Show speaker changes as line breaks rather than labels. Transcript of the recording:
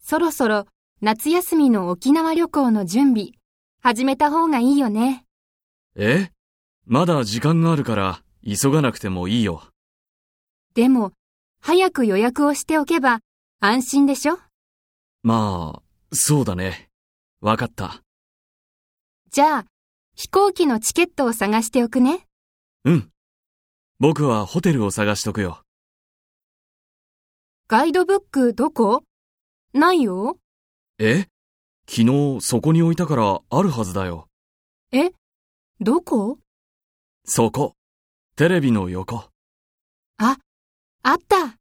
そろそろ夏休みの沖縄旅行の準備、始めた方がいいよね。
えまだ時間があるから急がなくてもいいよ。
でも、早く予約をしておけば安心でしょ
まあ、そうだね。わかった。
じゃあ、飛行機のチケットを探しておくね。
うん。僕はホテルを探しとくよ。
ガイドブックどこないよ。
え昨日そこに置いたからあるはずだよ。
えどこ
そこ。テレビの横。
あった